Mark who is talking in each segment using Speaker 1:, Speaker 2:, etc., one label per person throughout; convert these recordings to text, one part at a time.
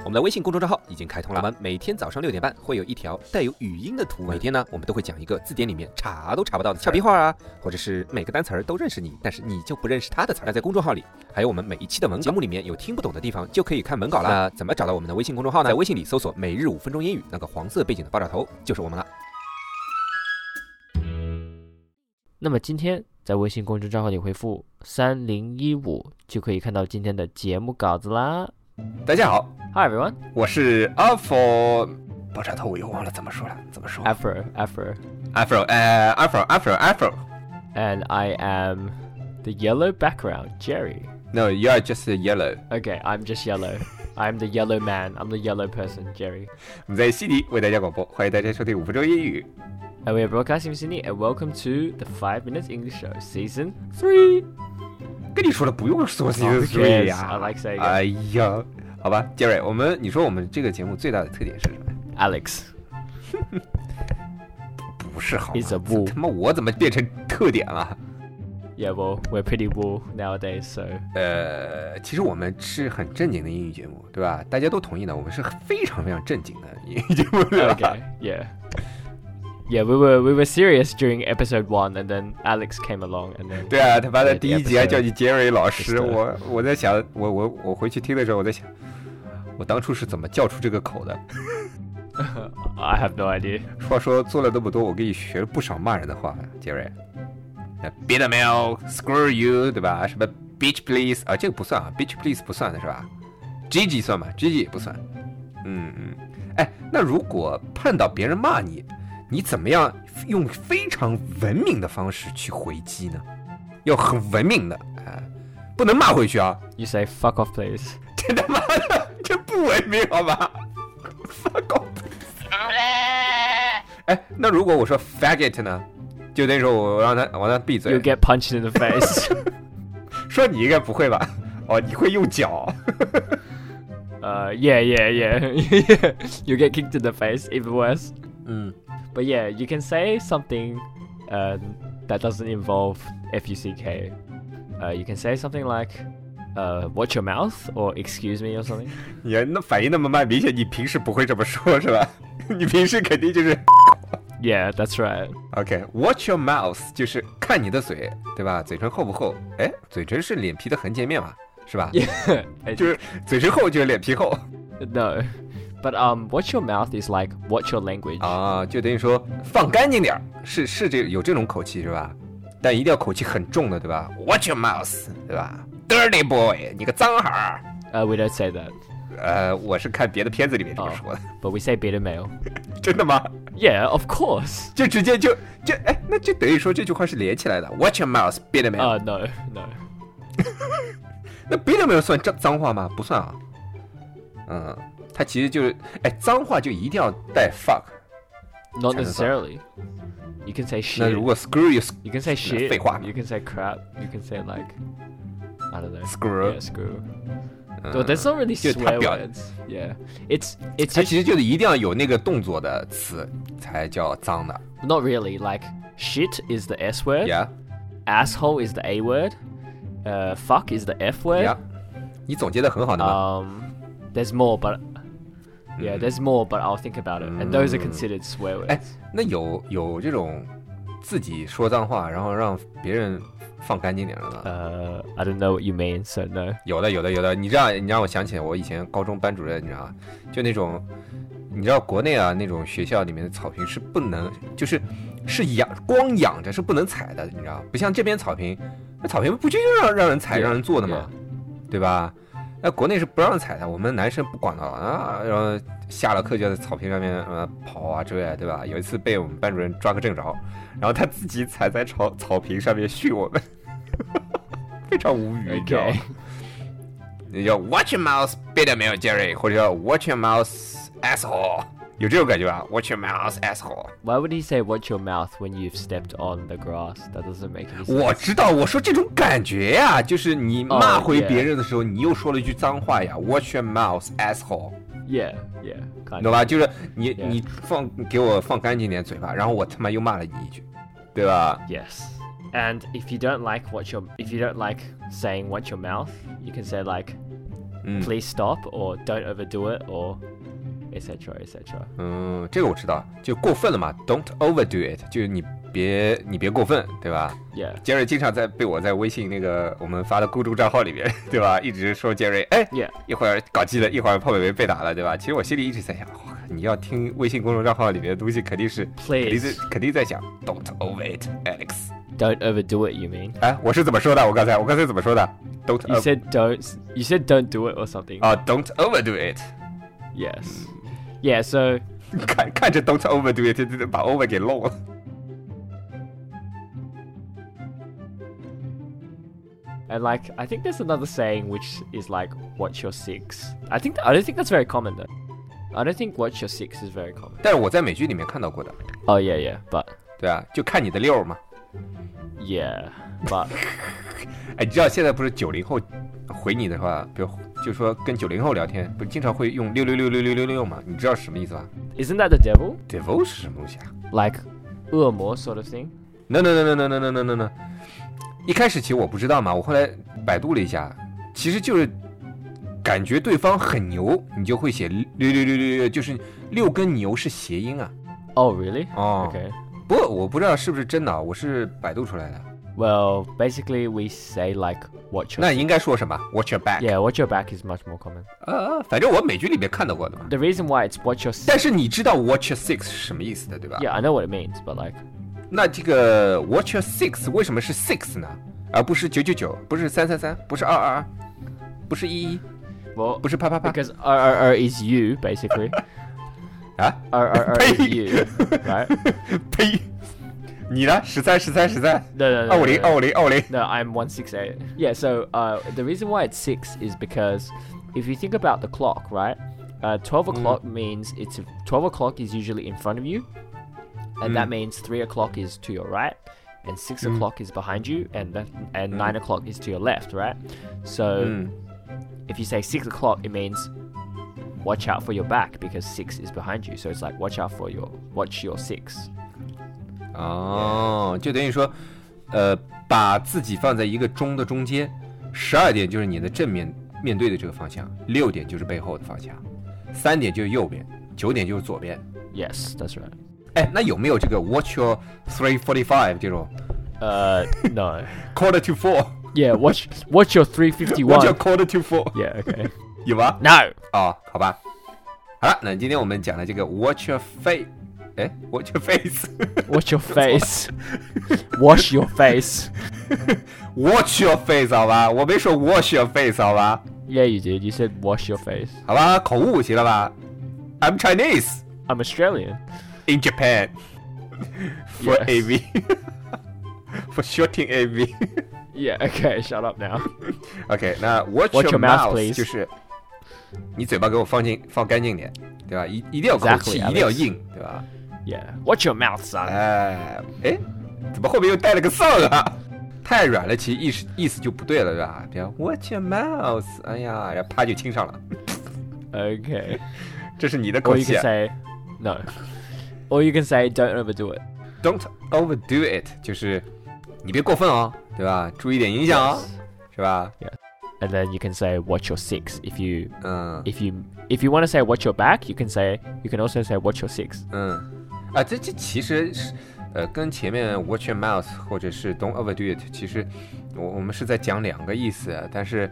Speaker 1: 我们的微信公众账号已经开通了，我们每天早上六点半会有一条带有语音的图文。每天呢，我们都会讲一个字典里面查都查不到的俏皮话啊，或者是每个单词儿都认识你，但是你就不认识它的词儿。那在公众号里，还有我们每一期的文稿节目里面有听不懂的地方，就可以看文稿啦。那怎么找到我们的微信公众号呢？在微信里搜索“每日五分钟英语”，那个黄色背景的爆炸头就是我们了。
Speaker 2: 那么今天在微信公众账号里回复三零一五，就可以看到今天的节目稿子啦。
Speaker 3: 大家好，
Speaker 2: Hi everyone,
Speaker 3: 我是阿佛。爆炸头我又忘了怎么说了，怎么说
Speaker 2: Afro, Afro,
Speaker 3: 阿佛，
Speaker 1: 哎
Speaker 3: 呃，阿佛，阿佛，阿佛。
Speaker 2: and I am the yellow background, Jerry.
Speaker 3: No, you are just yellow.
Speaker 2: Okay, I'm just yellow. I'm the yellow man. I'm the yellow person, Jerry.
Speaker 3: 我们在悉尼为大家广播，欢迎大家收听五分钟英语。
Speaker 2: And we are broadcasting from Sydney. And welcome to the Five Minutes English Show, Season Three.
Speaker 3: 跟你说了，不用说 s e
Speaker 2: Who
Speaker 3: a s o n
Speaker 2: cares?
Speaker 3: 呀、
Speaker 2: I like saying it.
Speaker 3: 哎呀，好吧，杰瑞，我们你说我们这个节目最大的特点是什么？
Speaker 2: Alex,
Speaker 3: 不是好吗
Speaker 2: It's a bull
Speaker 3: 他妈我怎么变成特点了？
Speaker 2: yeah, well, we're pretty wool nowadays, so
Speaker 3: 呃，其实我们是很正经的英语节目，对吧？大家都同意的，我们是非常非常正经的英语节目，对吧
Speaker 2: okay, yeah. Yeah, we were we were serious during episode one, and then Alex came along, and then
Speaker 3: 对啊，他妈的
Speaker 2: 对
Speaker 3: 第一集还
Speaker 2: episode
Speaker 3: 叫你杰瑞老师，
Speaker 2: is the-
Speaker 3: 我我在想，我我我回去听的时候，我在想，我当初是怎么叫出这个口的？
Speaker 2: I have no idea.
Speaker 3: 话说做了那么多，我给你学了不少骂人的话，杰瑞。那别的没有，screw you，对吧？什么 bitch please 啊，这个不算啊，bitch please 不算的是吧？Gigi 算吗？Gigi 也不算。嗯嗯，哎，那如果碰到别人骂你，你怎么样用非常文明的方式去回击呢？要很文明的，哎，不能骂回去啊！
Speaker 2: You say fuck off, please.
Speaker 3: 这他妈的，这不文明好吧？fuck off！哎，那如果我说 faggot 呢？就那时候我让他我让他闭嘴，
Speaker 2: You'll get punched in the face.
Speaker 3: 说你应该不会吧？哦，你会用脚，
Speaker 2: uh, yeah, yeah, yeah. you get kicked in the face, even worse.
Speaker 3: 嗯，
Speaker 2: But yeah, you can say something um, that doesn't involve fuck. Uh, you can say something like, uh, "Watch your mouth" or "Excuse me" or something.
Speaker 3: 你那反应那么慢，明显你平时不会这么说是吧？ 你平时肯定就是
Speaker 2: Yeah, that's right.
Speaker 3: OK，watch、your mouth，就是看你的嘴，对吧？嘴唇厚不厚？哎，嘴唇是脸皮的横截面嘛，是吧？
Speaker 2: Yeah. It-
Speaker 3: 就是嘴唇厚就是脸皮厚
Speaker 2: No. But um watch your mouth is like watch your language.
Speaker 3: 啊，就等于说放干净点儿，是是这有这种口气是吧？但一定要口气很重的，对吧？Watch your mouth，对吧？Dirty boy，你个脏孩儿。
Speaker 2: Uh, we don't say that.
Speaker 3: 呃，我是看别的片子里面这么说的，
Speaker 2: But we say bitter male.
Speaker 3: 真的吗？
Speaker 2: Yeah, of course.
Speaker 3: 就直接就就哎，那就等于说这句话是连起来的。Watch your mouth, b i t m a n
Speaker 2: Uh no, no.
Speaker 3: 那 b i t m a n 算脏脏话吗？不算啊。嗯，它其实就是哎，脏话就一定要带 fuck。
Speaker 2: Not
Speaker 3: Sounds like-
Speaker 2: necessarily. You can say
Speaker 3: 那
Speaker 2: shit.
Speaker 3: 如果 screw you sc-
Speaker 2: You can say shit.
Speaker 3: 废话嘛。
Speaker 2: You can say crap. You can say like I don't know.
Speaker 3: Screw. Uh,
Speaker 2: Yeah, screw.
Speaker 3: 嗯、
Speaker 2: Well, that's not really
Speaker 3: 就
Speaker 2: swear
Speaker 3: 他表-
Speaker 2: words. Yeah. It's it's
Speaker 3: 它其
Speaker 2: just
Speaker 3: 实就是一定要有那个动作的词才叫脏的。
Speaker 2: not really like shit is the S word,
Speaker 3: Yeah,
Speaker 2: asshole is the A word, uh fuck is the F word.
Speaker 3: yeah。你总结的很好的嘛。
Speaker 2: Um, there's more, but yeah, there's more, but I'll think about it. And those are considered swear
Speaker 3: 哎
Speaker 2: words.，
Speaker 3: 那有有这种自己说脏话，然后让别人放干净点的吗？
Speaker 2: Uh, I don't know what you mean, so no.
Speaker 3: 有的，有的，有的。你这样，你让我想起来我以前高中班主任，你知道吗？就那种，你知道国内啊，那种学校里面的草坪是不能，就是是养光养着是不能踩的，你知道吗？不像这边草坪，那草坪不就让让人踩、
Speaker 2: Yeah,
Speaker 3: 让人坐的嘛对吧？那国内是不让踩的，我们男生不管的啊，然后下了课就在草坪上面呃跑啊之类的，对吧？有一次被我们班主任抓个正着，然后他自己踩在草草坪上面训我们， 非常无语，你知道吗
Speaker 2: Okay.？
Speaker 3: 那叫 Watch your mouth, bitter male Jerry，或者叫 Watch your mouth, asshole，有这种感觉吧？Watch your mouth, asshole。
Speaker 2: Why would he say "watch your mouth" when you've stepped on the grass? That doesn't make any sense.
Speaker 3: 我知道，我说这种感觉呀、就是你骂
Speaker 2: 哦
Speaker 3: 回
Speaker 2: 对哦
Speaker 3: 别人的时候，你又说了一句脏话呀。Watch your mouth, asshole。
Speaker 2: Yeah, yeah, kind
Speaker 3: 你懂吧？就是你
Speaker 2: 哎 Yeah.
Speaker 3: 你放给我放干净点嘴巴，然后我他妈又骂了你一句，对吧？
Speaker 2: Yes. And if you don't like what your if you don't like saying what your mouth, you can say like
Speaker 3: 嗯
Speaker 2: please stop or don't overdo it or etc etc.
Speaker 3: 嗯，这个我知道，就过分了嘛，Don't overdo it，就是你别你别过分，对吧？
Speaker 2: Yeah.
Speaker 3: 杰瑞经常在被我在微信那个我们发的孤独账号里面， 对吧？一直说杰瑞，哎
Speaker 2: Yeah.
Speaker 3: 一会儿搞基了，一会儿泡美妹被打了，对吧？其实我心里一直在想，哇你要听微信公众账号里面的东西，肯定是肯定
Speaker 2: Please
Speaker 3: 是肯定在想 Don't over it, Alex。
Speaker 2: don't overdo it, you mean? Oh.
Speaker 3: 哎，我是怎么说的？我刚才我刚才怎么说的？Don't
Speaker 2: You
Speaker 3: over-
Speaker 2: said don't you said don't do it or something.
Speaker 3: 啊、d o n t overdo it。
Speaker 2: yes. Yeah, so
Speaker 3: 看看着 Don't overdo it，这把 over 给漏了。
Speaker 2: and uh, like I think there's another saying which is like watch your six. I think I don't think that's very common though. I don't think watch your six is very common.
Speaker 3: 但是我在美剧里面看到过的，
Speaker 2: Oh yeah, yeah, but
Speaker 3: 对啊，就看你的溜儿嘛。
Speaker 2: yeah, but
Speaker 3: 哎，你知道现在不是九零后回你的话，比如就说跟九零后聊天，不是经常会用六六六六六六六吗？你知道是什么意思吧
Speaker 2: isn't that the devil?
Speaker 3: ？devil 是什么东西啊
Speaker 2: like 恶魔 sort of thing.
Speaker 3: ？no no no no no no no no no。一开始其实我不知道嘛，我后来百度了一下，其实就是感觉对方很牛，你就会写六六六六六，就是六跟牛是谐音啊。
Speaker 2: Oh, really?
Speaker 3: 哦
Speaker 2: Okay.
Speaker 3: 不过我不知道是不是真的啊，我是百度出来的。
Speaker 2: Well, basically, we say like watch your
Speaker 3: 那应该说什么？Watch your back。
Speaker 2: yeah, watch your back is much more common.
Speaker 3: 呃，反正我美剧里面看到过的嘛。
Speaker 2: The reason why it's watch your
Speaker 3: 但是你知道 watch your six 是什么意思的，对吧？
Speaker 2: yeah, I know what it means, but like
Speaker 3: 那这个 Watch Your Six 为什么是 six 呢？而不是九九九，不是三三三，不是二二二，不是一一，
Speaker 2: well
Speaker 3: 不是啪啪啪
Speaker 2: because RRR is you basically
Speaker 3: 啊！
Speaker 2: RRR is you right?
Speaker 3: 呸！你呢？十三十三十三，
Speaker 2: No, no, no.
Speaker 3: 二五
Speaker 2: no,
Speaker 3: 零
Speaker 2: no.
Speaker 3: 二五零二五零。
Speaker 2: No, I'm 168. Yeah, so uh, the reason why it's 6 is because if you think about the clock, right? Uh, 12 o'clock means it's 12 o'clock is usually in front of you, and that means 3 o'clock is to your right, and 6 o'clock is behind you, and, that, and 9 o'clock is to your left, right? So if you say 6 o'clock, it means watch out for your back because 6 is behind you. So it's like watch out for your, watch your 6.
Speaker 3: 哦，就等于说，呃，把自己放在一个钟的中间，十二点就是你的正面面对的这个方向，六点就是背后的方向，三点就是右边，九点就是左边。
Speaker 2: Yes, that's right.
Speaker 3: 哎，那有没有这个 Watch Your Three Forty Five 这种
Speaker 2: Uh, no.
Speaker 3: Quarter to Four？
Speaker 2: Yeah, watch watch your 351.
Speaker 3: What's your quarter to four？
Speaker 2: Yeah, okay.
Speaker 3: 有吗？
Speaker 2: No.
Speaker 3: 哦，好吧。好了，那今天我们讲的这个 Watch your face，哎，Watch your face，Watch
Speaker 2: Watch your face. Wash your face.
Speaker 3: your face，好吧，我没说 Watch your face，好吧，
Speaker 2: Yeah, you did. You said wash your face.
Speaker 3: 好吧，口误行了吧？I'm Chinese
Speaker 2: I'm Australian.
Speaker 3: in Japan for
Speaker 2: Yes.
Speaker 3: AV for shooting AV。
Speaker 2: Yeah, okay, shut up now.
Speaker 3: OK，那 Watch
Speaker 2: Watch your mouth,
Speaker 3: mouth
Speaker 2: please.
Speaker 3: 就是你嘴巴给我放进放干净点，对吧？一一定要口
Speaker 2: Exactly,
Speaker 3: 气，一定要
Speaker 2: Alex.
Speaker 3: 硬，对吧？
Speaker 2: Yeah. Watch your mouth, son.
Speaker 3: 哎，哎，怎么后面又带了个 song 啊？太软了，其实意思意思就不对了，对吧？比方 Watch your mouth，哎呀，然后啪就亲上了，
Speaker 2: Okay.
Speaker 3: 这是你的
Speaker 2: Or
Speaker 3: 口
Speaker 2: you
Speaker 3: 气
Speaker 2: can
Speaker 3: 啊。
Speaker 2: say no. Or you can say don't overdo it.
Speaker 3: Don't overdo it，就是你别过分哦，对吧？注意点影响哦，是吧？
Speaker 2: And then you can say watch your six. If you
Speaker 3: 嗯
Speaker 2: if you if you want to say watch your back, you can say you can also say watch your six.
Speaker 3: 嗯，啊，这这其实是。呃，跟前面 watch your mouth 或者是 don't overdo it，其实我我们是在讲两个意思，啊但是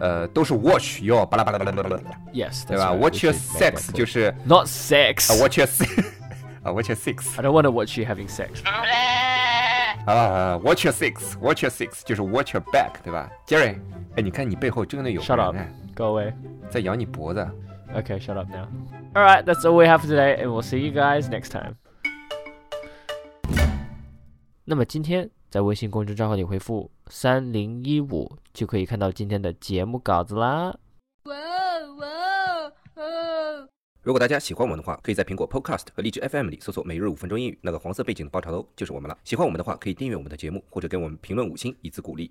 Speaker 3: 呃都是 watch your 巴拉巴拉巴拉巴拉巴拉，
Speaker 2: Yes,
Speaker 3: 对
Speaker 2: that's
Speaker 3: 吧
Speaker 2: right.
Speaker 3: ？watch your
Speaker 2: we should make that
Speaker 3: sex
Speaker 2: clear.
Speaker 3: 就是。
Speaker 2: not sex.
Speaker 3: I watch your six. I watch your six.
Speaker 2: I don't want to watch you having sex.
Speaker 3: 啊、w a t c h your six. Watch your six 就是 watch your back，对吧？Jerry，哎，你看你背后真的有
Speaker 2: Shut
Speaker 3: 人
Speaker 2: up.
Speaker 3: 哎
Speaker 2: Go away.
Speaker 3: 在咬你脖子。啊
Speaker 2: Okay, shut up now. All right, that's all we have for today, and we'll see you guys next time. 那么今天在微信公众账号里回复三零一五，就可以看到今天的节目稿子啦。
Speaker 4: Whoa, whoa, oh. whoa.
Speaker 1: 如果大家喜欢我们的话，可以在苹果 Podcast 和荔枝 FM 里搜索“每日五分钟英
Speaker 3: 哦
Speaker 1: 语”，那个黄色背景的爆炒头就是我们了。喜欢我们的话，可以订阅我们的节目，或者给我们评论五星以资鼓励。